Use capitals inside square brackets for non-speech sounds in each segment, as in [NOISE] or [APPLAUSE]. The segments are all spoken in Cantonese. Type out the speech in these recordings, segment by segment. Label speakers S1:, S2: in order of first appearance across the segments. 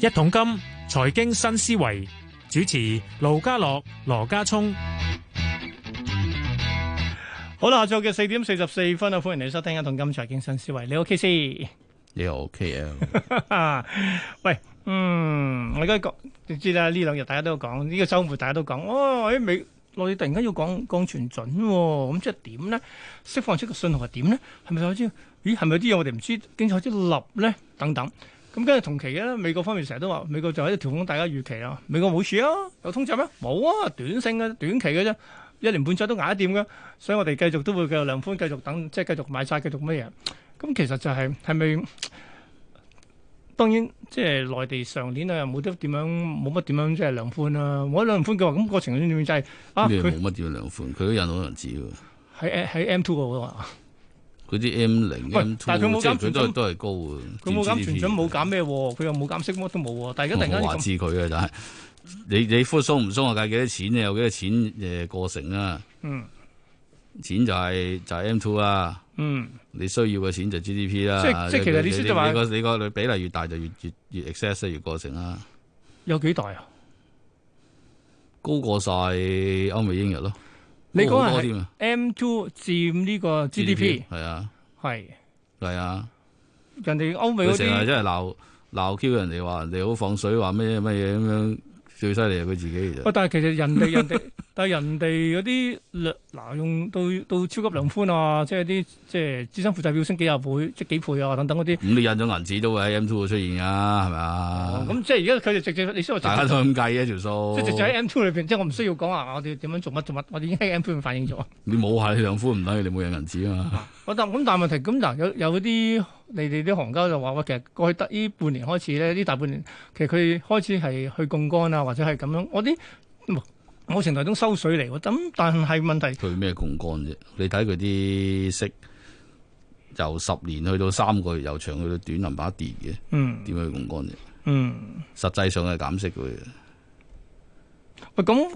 S1: 一桶金財經新思維主持盧家樂、羅家聰。
S2: 好啦，下晝嘅四點四十四分啊，歡迎你收聽《一同金財經新思維》。你好，K C。 [LAUGHS]
S3: 你啊好 K L，
S2: 喂，嗯，我而家講，你知啦，呢兩日大家都有講，呢、個週末大家都講，哦，喺美內地突然間要講降存準喎、咁即係點咧？釋放出個信號係點咧？係咪有啲？咦，係咪有啲嘢我哋唔知，經濟有啲立咧？等等。咁跟住同期咧，美國方面成日都話，美國就喺度調控大家預期啦。美國冇事啊，有通脹咩？冇啊，短性嘅短期嘅啫，一年半載都捱得掂嘅。所以我哋繼續都會繼續量寬，繼續等，即係繼續買晒，繼續乜嘢？咁其實就係係咪？當然，即係內地上年啊，冇得點樣，冇乜點樣即係量寬啦、冇得量寬嘅話，咁、個情況點就係、啊，
S3: 你
S2: 佢
S3: 冇乜點量寬，佢都印好人紙喎。
S2: 喺喺 M two 嗰個啊，
S3: 佢啲 M 零
S2: 喂
S3: M two，
S2: 但係佢冇
S3: 即
S2: 減
S3: 係佢都
S2: 存準
S3: 係都係高嘅。
S2: 佢冇減全準，冇減
S3: 咩？
S2: 咩喎，佢又冇減息，乜都冇喎。但係而家突然間
S3: 我啊話
S2: 咁，
S3: 知佢啊，但係你你寬鬆唔鬆啊？計幾多錢啊？有幾多錢誒過剩啊？
S2: 嗯
S3: 錢就係就係 M two 啊。
S2: 嗯，
S3: 你需要嘅錢就 GDP 啦。
S2: 即即其實你意思就話
S3: 你個你個你比例越大就越越越 excess 啊越過剩啦，
S2: 有幾代啊？
S3: 高過晒歐美英日咯。
S2: 你
S3: 高好
S2: 講
S3: 多
S2: 係
S3: 添啊
S2: M two 佔呢個 GDP
S3: 係啊
S2: 係
S3: 係啊。
S2: 人哋歐美
S3: 佢
S2: 嗰
S3: 成日
S2: 啲
S3: 真係鬧鬧 Q 人哋話人哋好放水，話咩乜嘢咁樣，最犀利係佢自己其
S2: 喂，
S3: 實。
S2: 但係其實人哋人哋， [LAUGHS] 但係人哋嗰啲量嗱用到到超級量寬啊，即係啲即係資產負債表升幾廿倍，即係幾倍啊等等嗰啲。
S3: 咁你印咗銀紙都會喺 M two 度出現㗎，係咪
S2: 哦
S3: 啊？
S2: 咁即係而家佢就直接，你先我直
S3: 大家
S2: 接，
S3: 都咁計一條數
S2: 即係。直接喺 M two 裏邊，即係我唔需要講啊話我哋點樣做乜做乜，我哋已經喺 M two 裏邊反映咗。
S3: 你冇下你量寬唔等於你冇印銀紙啊嘛。
S2: 我但咁但係問題咁嗱，有有啲你哋啲行家就話喂，其實過去得呢半年開始咧，呢大半年其實佢開始係去槓桿啊，或者係咁樣，我啲嗯某程度都收水嚟喎。咁但係問題
S3: 佢咩槓桿啫？你睇佢啲息由十年去到三個月，由長去到短，能把跌嘅，
S2: 嗯
S3: 點樣去槓桿啫？
S2: 嗯，
S3: 實際上係減息嘅，
S2: 喂咁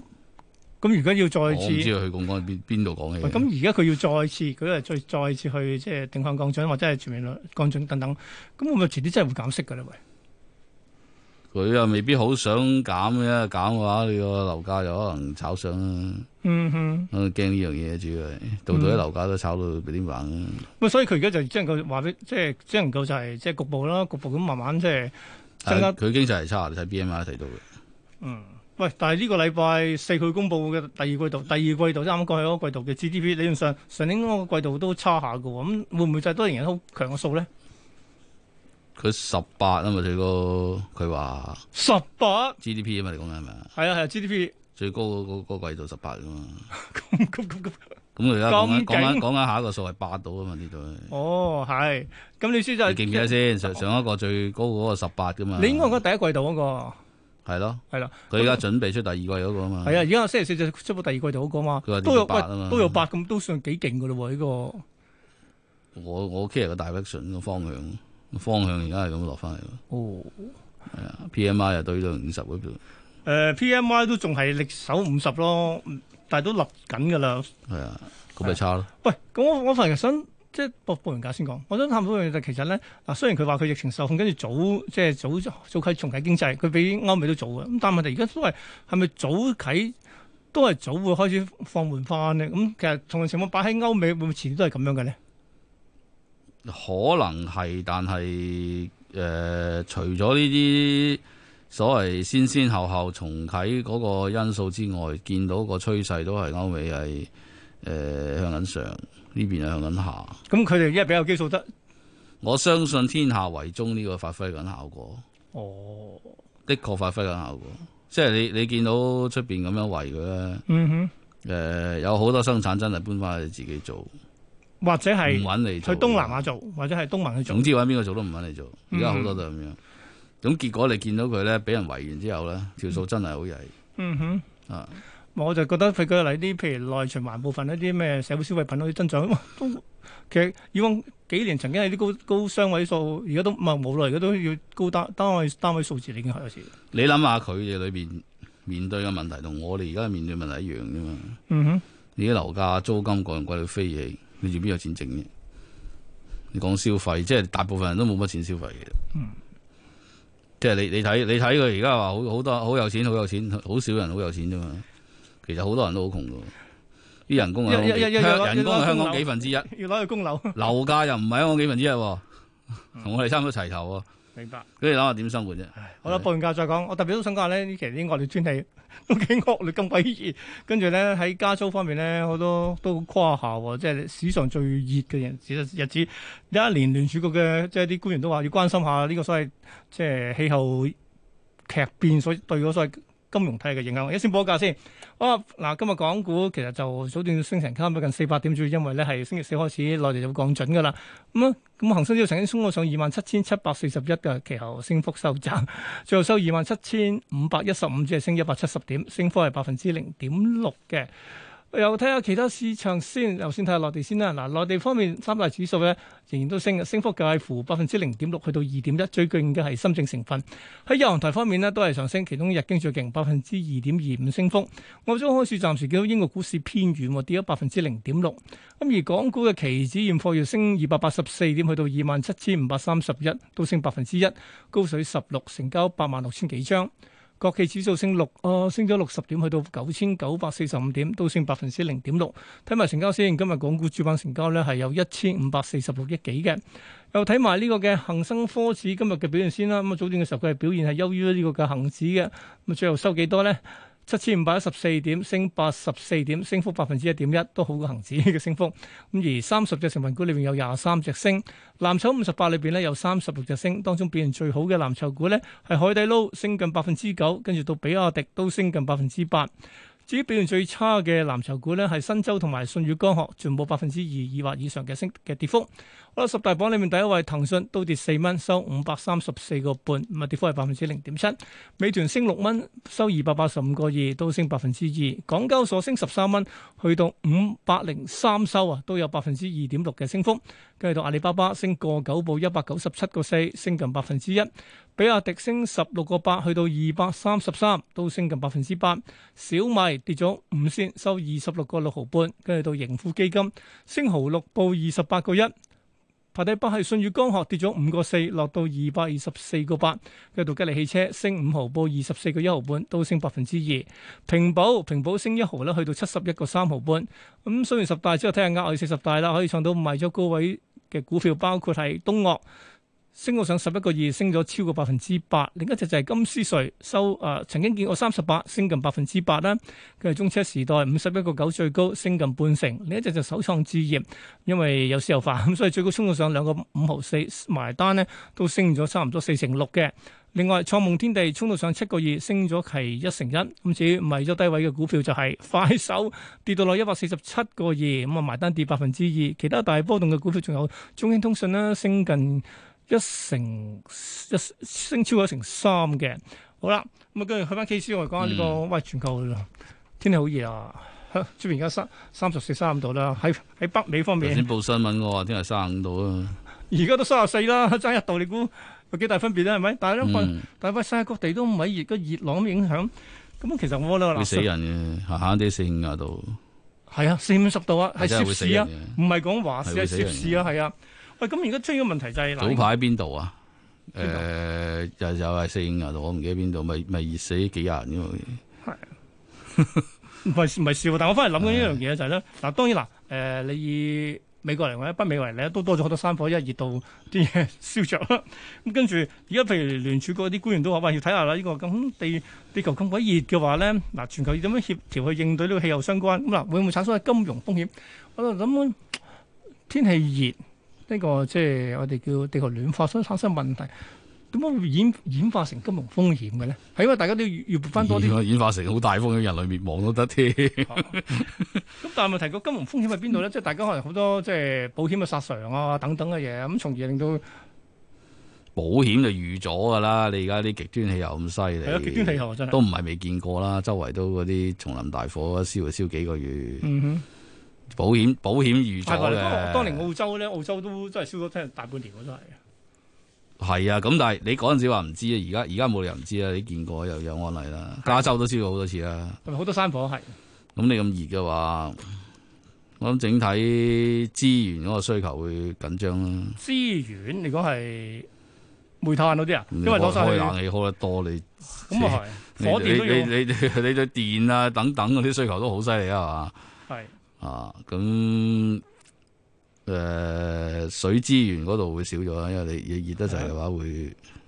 S2: 咁而家要
S3: 我
S2: 再
S3: 唔
S2: 次。
S3: 知佢槓桿邊邊度講
S2: 喂，
S3: 嘅
S2: 咁。而家佢要再次，佢係再再次去即係定向降準或者係全面降準等等，咁會唔會遲啲真係會減息㗎咧？喂，
S3: 佢又未必好想減嘅，減嘅話你個樓價有可能炒上啦。
S2: 嗯哼，
S3: 我驚呢樣嘢主要係，到
S2: 嗯
S3: 到啲樓價都炒到俾啲猛。
S2: 咁所以佢而家就只能夠話俾，即係只能夠就係即係局部啦，局部咁慢慢即係。增加
S3: 但係佢經濟係差，你睇 B M I 睇到嘅。
S2: 嗯喂，但係呢個禮拜四佢公佈嘅第二季度，第二季度即係啱啱過去嗰個季度嘅 GDP 理論上上年嗰個季度都差下嘅喎，咁會唔會就係多年人好強嘅數咧？
S3: 佢十八啊嘛，最高佢話
S2: 十八
S3: G D P 啊嘛，你講緊係咪啊？
S2: 係啊係啊 [LAUGHS] GDP
S3: 最高嗰嗰個季度十八啊嘛。
S2: 咁咁咁咁，
S3: 咁佢而家講
S2: 咁
S3: 緊講緊
S2: 勁
S3: 講緊下一個數係八度啊嘛，呢度。
S2: 哦係，咁你意思就係
S3: 你記唔記得先？上上一個最高嗰個十八噶嘛？
S2: 你應該講第一季度嗰個
S3: 係咯，
S2: 係啦。
S3: 佢而家準備出第二季嗰個啊嘛。
S2: 係啊，而家星期四就出到第二季就好講嘛
S3: 佢話，
S2: 都有
S3: 連續八啊
S2: 喂
S3: 嘛
S2: 都有八咁，都算幾勁噶咯喎呢個。
S3: 我我 care 個 direction 個方向，方向而家係咁落翻嚟咯。
S2: 哦，
S3: 係啊，P M I 又對到五十嗰度，
S2: 誒 PMI 都仲係力守五十咯，嗯但係都立緊㗎啦。
S3: 係啊，咁咪差咯。
S2: 喂，咁我我反而想即係報報完價先講，我想探討一樣嘢就係其實咧嗱，雖然佢話佢疫情受控，跟住早即係早早啟重啟經濟，佢比歐美都早嘅。咁但係問題而家都係係咪早啟都係早會開始放緩翻咧？咁其實同樣情況擺喺歐美會唔會遲啲都係咁樣嘅咧？
S3: 可能係，但係誒、呃除咗呢啲所謂先先後後重啟嗰個因素之外，見到個趨勢都係歐美係誒、呃向緊上，呢邊係向緊下。
S2: 咁佢哋因為比較基數得，
S3: 我相信天下為中呢個發揮緊效果，
S2: 哦，
S3: 的確發揮緊效果。即係你你見到出邊咁樣圍佢咧，
S2: 嗯哼，
S3: 誒、有好多生產真係搬翻去自己做，唔
S2: 或者係。
S3: 揾
S2: 去
S3: 你做。
S2: 東南亞做，或者係東盟去做
S3: 總。之揾邊個做都唔揾你做，而家好
S2: 嗯
S3: 多都係咁樣。咁結果你見到佢咧，俾人圍完之後咧，條數真係好曳
S2: 嗯哼，
S3: 啊！
S2: 我就覺得佢舉例啲，譬如內循環部分一啲咩社會消費品嗰啲增長，哇都其實以往幾年曾經係啲高高雙位數，而家都唔係冇啦，而家都要高單單位單位數字啦已經開始。
S3: 你諗下佢哋裏邊面對嘅問題同我哋而家面對嘅問題一樣啫嘛。
S2: 嗯哼，
S3: 你啲樓價、租金各樣貴到飛起，你仲邊有錢剩啫？你講消費，即係大部分人都冇乜錢消費嘅。即係你你睇你睇佢而家話好好多好有錢好有錢，好少人好有錢啫嘛。其實好多人都好窮噶，啲人工係香港
S2: 一一一
S3: 幾
S2: 一
S3: 香
S2: 一
S3: 人工係香港
S2: 一
S3: 幾分之一，樓
S2: 要攞去供樓，
S3: 價又唔係香港幾分之一喎，
S2: 嗯
S3: 同我哋差唔多齊頭喎。
S2: 明白。
S3: 咁你諗下點生活啫？
S2: 好啦，報完價再講。我特別都想講下咧，呢期啲惡劣天氣 [LAUGHS] 都幾惡劣，咁鬼熱。跟住咧喺加租方面咧，好多都誇下喎，即係史上最熱嘅日子日子。一年聯儲局嘅即係啲官員都話要關心下呢個所謂即係氣候劇變所對嗰所謂金融體系嘅影響。而家先報個價先。好啊，嗱，今日港股其實就早段升成差唔多近四百點，主要因為咧係星期四開始內地就會降準㗎啦。咁啊，咁恒生指數曾經衝過上二萬七千七百四十一嘅，其後升幅收窄，最後收二萬七千五百一十五，只係升一百七十點，升幅係百分之零點六嘅。又睇下其他市場先，頭先睇下內地先啦。嗱，內地方面三大指數咧仍然都升嘅，升幅介乎百分之零點六去到二點一，最勁嘅係深證成分。喺日韓台方面呢，都係上升，其中日經最勁，百分之二點二五升幅。澳洲開市暫時見到英國股市偏軟喎，跌咗百分之零點六。咁而港股嘅期指現貨要升二百八十四點，去到二萬七千五百三十一，都升百分之一，高水十六，成交八萬六千幾張。國企指數升六，哦，升咗六十點，去到九千九百四十五點，都升百分之零點六。睇埋成交先，今日港股主板成交咧係有一千五百四十六億幾嘅。又睇埋呢個嘅恒生科指今日嘅表現先啦。咁啊，早段嘅時候佢係表現係優於呢個嘅恒指嘅。咁啊最後收幾多咧？七千五百一十四點，升八十四點，升幅百分之一點一，都好過恒指嘅升幅。咁而三十隻成分股裏邊有廿三隻升，藍籌五十八裏邊咧有三十六隻升，當中表現最好嘅藍籌股咧係海底撈升近百分之九，跟住到比亞迪都升近百分之八。至於表現最差嘅藍籌股咧係新洲同埋舜宇光學，全部百分之二二或以上嘅升嘅跌幅。好啦，十大榜裏面第一位騰訊都跌四蚊，收五百三十四個半，咁啊跌幅係百分之零點七。美團升六蚊，收二百八十五個二，都升百分之二。港交所升十三蚊，去到五百零三收啊，都有百分之二點六嘅升幅。跟住到阿里巴巴升個九，報一百九十七個四，升近百分之一。比亞迪升十六個八，去到二百三十三，都升近百分之八。小米跌咗五仙，收二十六個六毫半。跟住到盈富基金升毫六，報二十八個一。排第八係舜宇光學跌咗五個四，落到二百二十四個八。跟住到吉利汽車升五毫，報二十四個一毫半，都升百分之二。平保平保升一毫啦，去到七十一個三毫半。咁、雖然十大之後睇下額外四十大啦，可以創到賣咗高位嘅股票，包括係東嶽。升到上十一個二，升咗超過百分之八。另一隻就係金斯瑞收誒、呃曾經見過三十八，升近百分之八啦。佢係中車時代五十一個九最高，升近半成。另一隻就首創置業，因為有私有化，咁所以 [LAUGHS] 最高衝到上兩個五毫四埋單咧，都升咗差唔多四成六嘅。另外，創夢天地衝到上七個二，升咗係一成一。咁至於賣咗低位嘅股票就係快手，跌到落一百四十七個二，咁啊埋單跌百分之二。其他大波動嘅股票仲有中興通訊啦，升近一成一升超過一成三嘅。好啦，咁啊，跟住去翻 K C，我哋講下呢、個、喂全球天氣好熱啊， [LAUGHS] 出邊而家三三十四三度啦。喺喺北美方
S3: 頭
S2: 面
S3: 先，報新聞我話聽日三五度啊，
S2: 而家都三十四啦， [LAUGHS] 爭一度，你估有幾大分別咧？係咪？但係咧，
S3: 嗯
S2: 但係喂世界各地都唔係熱，個熱浪咁影響。咁其實我覺得
S3: 會
S2: 嗱，
S3: 死啊人嘅，閒閒地四五廿度，
S2: 係啊，四五十度啊，係
S3: 真係
S2: 攝
S3: 會死
S2: 氏啊
S3: 人，嘅。
S2: 唔係講華氏
S3: 係
S2: 啊，
S3: 會死
S2: 攝
S3: 人
S2: 氏啊，係啊。喂，咁而家出現個問題就係
S3: 早
S2: 嗱，
S3: 排邊度啊？
S2: 邊度
S3: 誒，又又係四五廿度，我唔記得邊度，咪咪熱死幾廿人㗎嘛
S2: 唔係唔係笑，但我翻嚟諗緊一樣嘢就係咧，嗱當然嗱，誒、你以美國嚟或者北美為例，都多咗好多山火，一熱到啲嘢 [LAUGHS] 燒着啦。咁跟住而家譬如聯儲局啲官員都話：喂，要睇下啦，呢、個咁地地球咁鬼熱嘅話咧，嗱全球要點樣協調去應對呢個氣候相關咁嗱，會唔會產生金融風險？我就諗緊天氣熱呢、個即係我哋叫地球暖化所產生問題，點解會演演化成金融風險嘅咧？係因為大家都要要撥翻多啲
S3: 演 [LAUGHS] 化演化成好大風險，人類滅亡都得添。 [LAUGHS]
S2: 咁但係問題個金融風險喺邊度咧？即係大家可能好多即係保險嘅殺常啊等等嘅嘢，咁從而令到
S3: 保險就預咗㗎啦，你而家啲極端氣候咁犀利，
S2: 係咯極端氣候啊真係。
S3: 都唔係未見過啦，周圍都嗰啲叢林大火燒就燒幾個月，
S2: 嗯哼，
S3: 保險保險預
S2: 係
S3: 咗
S2: 喎當
S3: 嘅。
S2: 當年澳洲咧，澳洲都真係燒咗真係大半年喎，真係。
S3: 係啊，咁但係你嗰陣時話唔知啊，而家而家冇理由唔知啊，你見過又有案例啦，加州都燒過好多次啦。
S2: 同埋好多山火係。
S3: 咁你咁熱嘅話，我諗整體資源嗰個需求會緊張啦。
S2: 資源嚟講係煤炭嗰啲啊，因為攞晒
S3: 開
S2: 去，
S3: 冷氣開得多，你
S2: 咁
S3: [LAUGHS]
S2: 啊係，火電都
S3: 你
S2: 要
S3: 你你你你對電啊等等嗰啲需求都好犀利啊
S2: 係
S3: 嘛啊咁誒、水資源嗰度會少咗啦，因為你你熱得滯嘅話會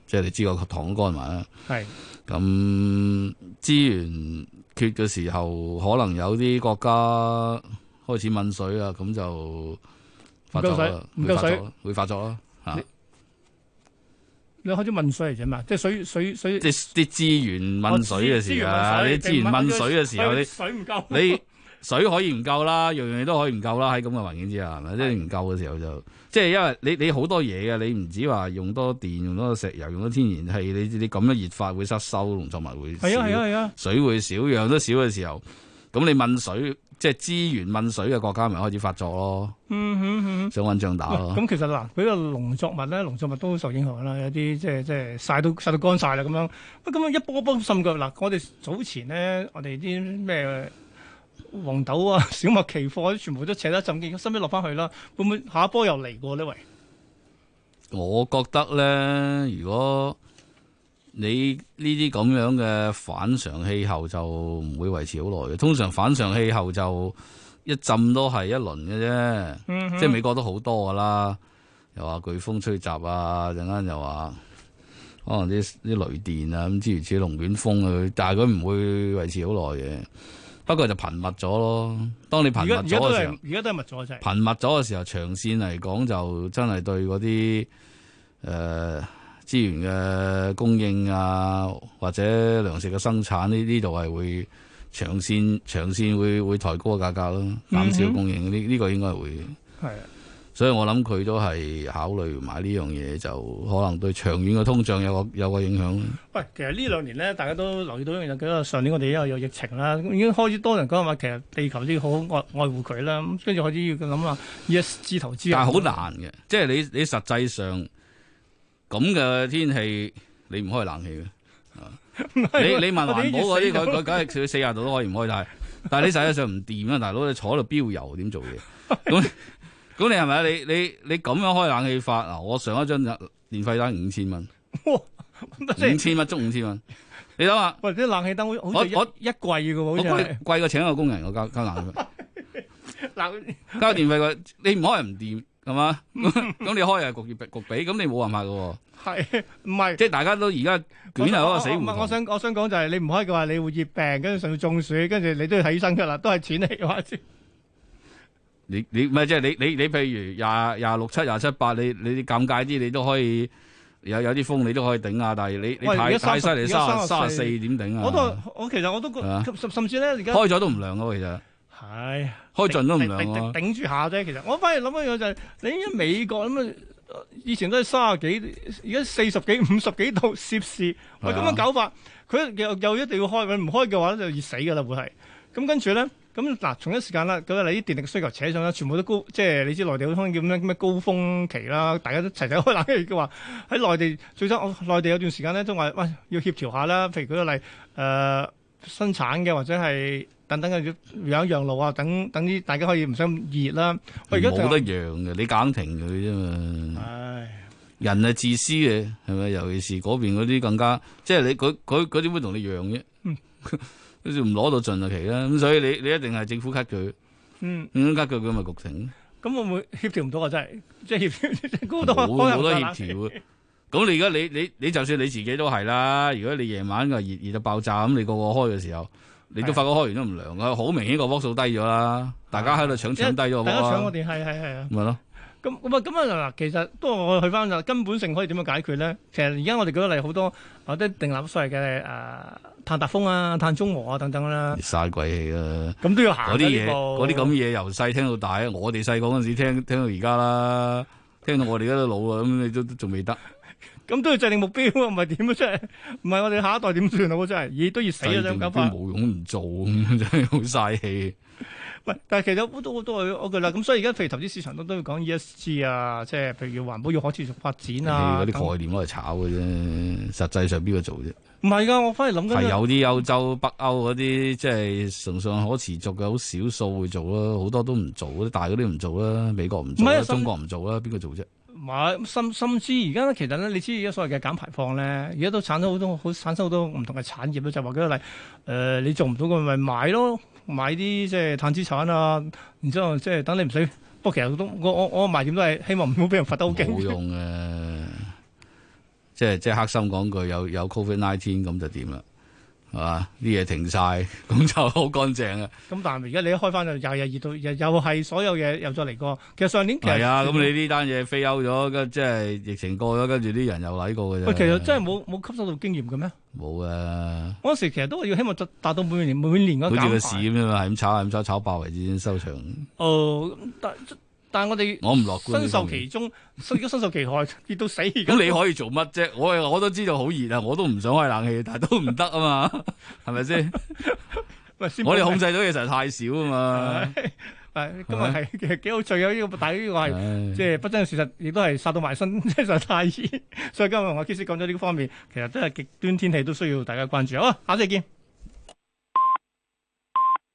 S3: 即係你知個糖乾埋啦。
S2: 係
S3: 咁資源缺嘅時候，可能有啲國家開始問水啊，咁就發作啦，
S2: 唔
S3: 會
S2: 夠
S3: 發
S2: 水
S3: 作啦，會發作啦。嚇
S2: 你！你開始問水嚟啫嘛，即係水水水
S3: 啲啲資源
S2: 哦
S3: 問水嘅時候啊，
S2: 我
S3: 你
S2: 知
S3: 資源問水嘅時候，
S2: 你
S3: 你
S2: 水唔夠，
S3: 你水可以唔夠啦，樣樣嘢都可以唔夠啦。喺咁嘅環境之下，係咪？即係你唔夠嘅時候就，即係因為你你好多嘢嘅，你唔止話用多電、用多石油、用多天然氣，你你咁樣熱法會失收，農作物會
S2: 係啊係啊
S3: 少，
S2: 係啊，
S3: 水會少，樣樣都少嘅時候，咁你問水即係資源問水嘅國家，咪開始發作咯，
S2: 嗯哼嗯
S3: 想揾仗打
S2: 哼，
S3: 咯。
S2: 喂咁其實嗱，佢個農作物咧，農作物都受影響啦，有啲即係即係曬到曬到乾晒啦咁樣，喂咁樣一波一波滲腳嗱，我哋早前咧，我哋啲咩黃豆啊、 [LAUGHS] 小麥期貨全部都扯得浸嘅，收尾落翻去啦，會唔會下一波又嚟過呢？喂，
S3: 我覺得咧，如果你呢啲咁樣嘅反常氣候就唔會維持好耐嘅。通常反常氣候就一浸都係一輪嘅啫，
S2: 嗯哼
S3: 即係美國都好多噶啦，又話颶風吹襲啊，陣間又話可能啲啲雷電啊，咁諸如此類龍捲風啊，但係佢唔會維持好耐嘅。不過就頻密咗咯。當你頻
S2: 而家而
S3: 密
S2: 家
S3: 咗
S2: 都
S3: 嘅時候
S2: 係。而家都係密咗真係，
S3: 頻密咗嘅時候，長線嚟講就真係對嗰啲誒資源嘅供應啊，或者糧食嘅生產呢呢度係會長線長線會會抬高個價格
S2: 嗯
S3: 咯，減少供應呢呢、個應該係會嘅。
S2: 係啊
S3: 所以我諗佢都係考慮埋呢樣嘢，就可能對長遠嘅通脹有個有個影響。
S2: 喂，其實呢兩年咧，大家都留意到一樣嘢，記得上年我哋因為有疫情啦，已經開始多人講話，其實地球都要好好愛愛護佢啦。咁跟住開始要諗下 ESG 投資
S3: 但
S2: 啊，
S3: 係好難嘅，即係你你實際上咁嘅天氣，你唔開冷氣嘅。
S2: [LAUGHS]
S3: 啊你你問環保嗰啲，佢佢梗係佢四廿度都可以唔開，但係但係你實際上唔掂啊，大佬你坐喺度飆油
S2: [LAUGHS]
S3: 點做嘢？咁咁你係咪啊？你你你咁樣開冷氣法嗱，我上一張電費單五千蚊，
S2: 哇 [LAUGHS] 即
S3: 五
S2: 係
S3: 千蚊足五千蚊，你諗下，
S2: 喂啲冷氣燈好好似一
S3: 我
S2: 一季嘅
S3: 我
S2: 喎，好似
S3: 貴貴過請一個工人，我交交冷氣費。
S2: 係嗱
S3: 交電費個你唔開又唔掂係嘛？ [LAUGHS] 咁你開又焗住焗俾，咁你冇辦法嘅
S2: [LAUGHS]
S3: 喎。
S2: 係唔係？
S3: 即係大家都而家捲喺嗰個
S2: [LAUGHS]
S3: 死
S2: 我
S3: 胡
S2: 我我
S3: 同。
S2: 想我想講就係你唔開嘅話，你會熱病，跟住甚至中暑，跟住你都要睇醫生㗎啦，都係錢嚟嘅話先。
S3: 你你唔係即係你你你譬如廿廿六七廿七八，你你你尷尬啲，你都可以有有啲風你都可以頂啊。但係你你
S2: 喂而
S3: 太
S2: 家
S3: 太
S2: 三十
S3: 犀利，
S2: 而家
S3: 三
S2: 三
S3: 十三
S2: 十
S3: 十
S2: 四
S3: 四點頂
S2: 我
S3: 啊！
S2: 都我其實我都覺
S3: 係啊
S2: 甚甚至咧而家
S3: 開咗都唔涼嘅喎，
S2: 係。
S3: 其實開盡都唔
S2: 頂
S3: 涼
S2: 頂
S3: 啊。
S2: 頂住下啫。其實我反而諗一樣就係、你依家美國咁啊，呃以前都係三十幾，而家四十幾、五十幾度攝氏，喂
S3: 係
S2: 咁
S3: 啊
S2: 樣搞法，佢又又一定要開，佢唔開嘅話咧就熱死㗎啦，會係。咁跟住咧，咁嗱同一時間啦，咁啊你啲電力需求扯上啦，全部都高，即係你知內地好通叫咩咩高峰期啦，大家都齊齊開冷氣嘅話，喺內地最初我內地有段時間咧都話喂要協調下啦，譬如舉個例誒、呃生產嘅或者係等等嘅養養路啊，等等啲大家可以唔使咁熱啦。喂而家
S3: 冇
S2: 就
S3: 得揚嘅，你揀停佢啫嘛。
S2: 唉
S3: 人係自私嘅，係咪？尤其是嗰邊嗰啲更加，即係你佢佢佢點會同你讓啫？
S2: 嗯
S3: [LAUGHS] 佢就唔攞到盡就奇啦。咁所以你你一定係政府 cut 佢，
S2: 嗯，
S3: 咁 cut 佢佢咪焗停
S2: 咁會唔會協調唔到啊？真係 [LAUGHS] 即係協調高
S3: 咯，
S2: 到
S3: 冇
S2: 開
S3: 冇
S2: 口
S3: 得
S2: 晒
S3: 協
S2: 冷氣
S3: 調嘅。咁你而家你你你就算你自己都係啦，如果你夜晚個熱熱到爆炸，咁你個個開嘅時候，你都
S2: 係
S3: 發覺開完都唔涼啊，好明顯個波數低咗啦，大家喺度搶搶低咗個
S2: 啊大家搶
S3: 波
S2: 我哋係係係啊！
S3: 咪咯。
S2: 咁咁啊咁啊嗱，其實不過我去翻就根本性可以點樣解決咧？其實而家我哋舉個例好多，我都定立所謂嘅誒、呃碳達峰啊、碳中和啊等等啦，
S3: 嘥鬼氣啊啦！
S2: 咁都要行
S3: 嗰
S2: 㗎呢
S3: 啲嘢，
S2: 步
S3: 嗰啲咁嘢由細聽到大，我哋細個嗰陣時聽聽到而家啦，聽到我哋而家都老啦，咁你都都仲未得，
S2: 啊咁都要制定目標啊，唔係點啊？真係唔係我哋下一代點算好真係，咦都要死啊！
S3: 制
S2: 想
S3: 定
S2: 搞
S3: 都
S2: 法。
S3: 冇用唔做，咁 [LAUGHS] 真係好嘥氣。
S2: 喂，但係其實好多好多我句啦，咁所以而家譬如投資市場都都要講 ESG 啊，即係譬如要環保要可持續發展啊。
S3: 嗰啲
S2: 等
S3: 概念攞嚟炒嘅啫，實際上邊個做啫？
S2: 唔係㗎，我翻嚟諗緊啊
S3: 係
S2: 呢。
S3: 有啲歐洲、北歐嗰啲，即係崇尚可持續嘅，好少數會做啦，好多都唔做，啲大嗰啲唔做啦，美國唔做
S2: 唔係
S3: 啦，
S2: 啊甚
S3: 中國唔做啦，邊個做啫？
S2: 唔唔係，甚甚至而家咧，其實咧，你知而家所謂嘅減排放咧，而家都產生好多好產生好多唔同嘅產業咧，就話舉個例，誒、呃你做唔到嘅咪買咯，買啲即係碳資產啊，然之後即係等你唔使。不過其實都我我我賣點都係希望唔好俾人罰得好
S3: 冇
S2: 勁。
S3: 用嘅，即係即係黑心講句，有有 Covid nineteen 咁就點啦，係嘛？啲嘢停晒， [LAUGHS] 咁就好乾淨啊。
S2: 咁但係而家你一開翻就又又熱到又又係所有嘢又再嚟過。其實上年其實
S3: 係啊，咁你呢單嘢飛歐咗，跟即係疫情過咗，跟住啲人又嚟過嘅啫。
S2: 喂，其實真係冇冇吸收到經驗嘅咩？
S3: 冇啊，
S2: 嗰陣時其實都要希望達達到每年每年嗰
S3: 好
S2: 個
S3: 似個
S2: 減
S3: 市
S2: 排。
S3: 咁樣嘛，係咁炒，係咁炒，炒爆為止先收場。
S2: 哦，咁但但係我哋
S3: 我唔樂觀
S2: 身
S3: 呢方
S2: 受
S3: 面。
S2: 其中，身身受其害，跌到死而家。
S3: 咁你可以做乜啫？我我都知道好熱啊，我都唔想開冷氣，但係都唔得啊嘛， [LAUGHS] 係
S2: [LAUGHS]
S3: 咪先？
S2: 喂先
S3: 我哋
S2: 報
S3: 控
S2: 名
S3: 制到嘅實在太少啊嘛。
S2: 係今日係其實幾有趣啊嘅呢個，但係呢個係
S3: 唉
S2: 即係不爭嘅事實，亦都係殺到埋身， [LAUGHS] 即係實在太熱。所以今日我 K 師講咗呢個方面，其實都係極端天氣都需要大家關注。好啊，下次見。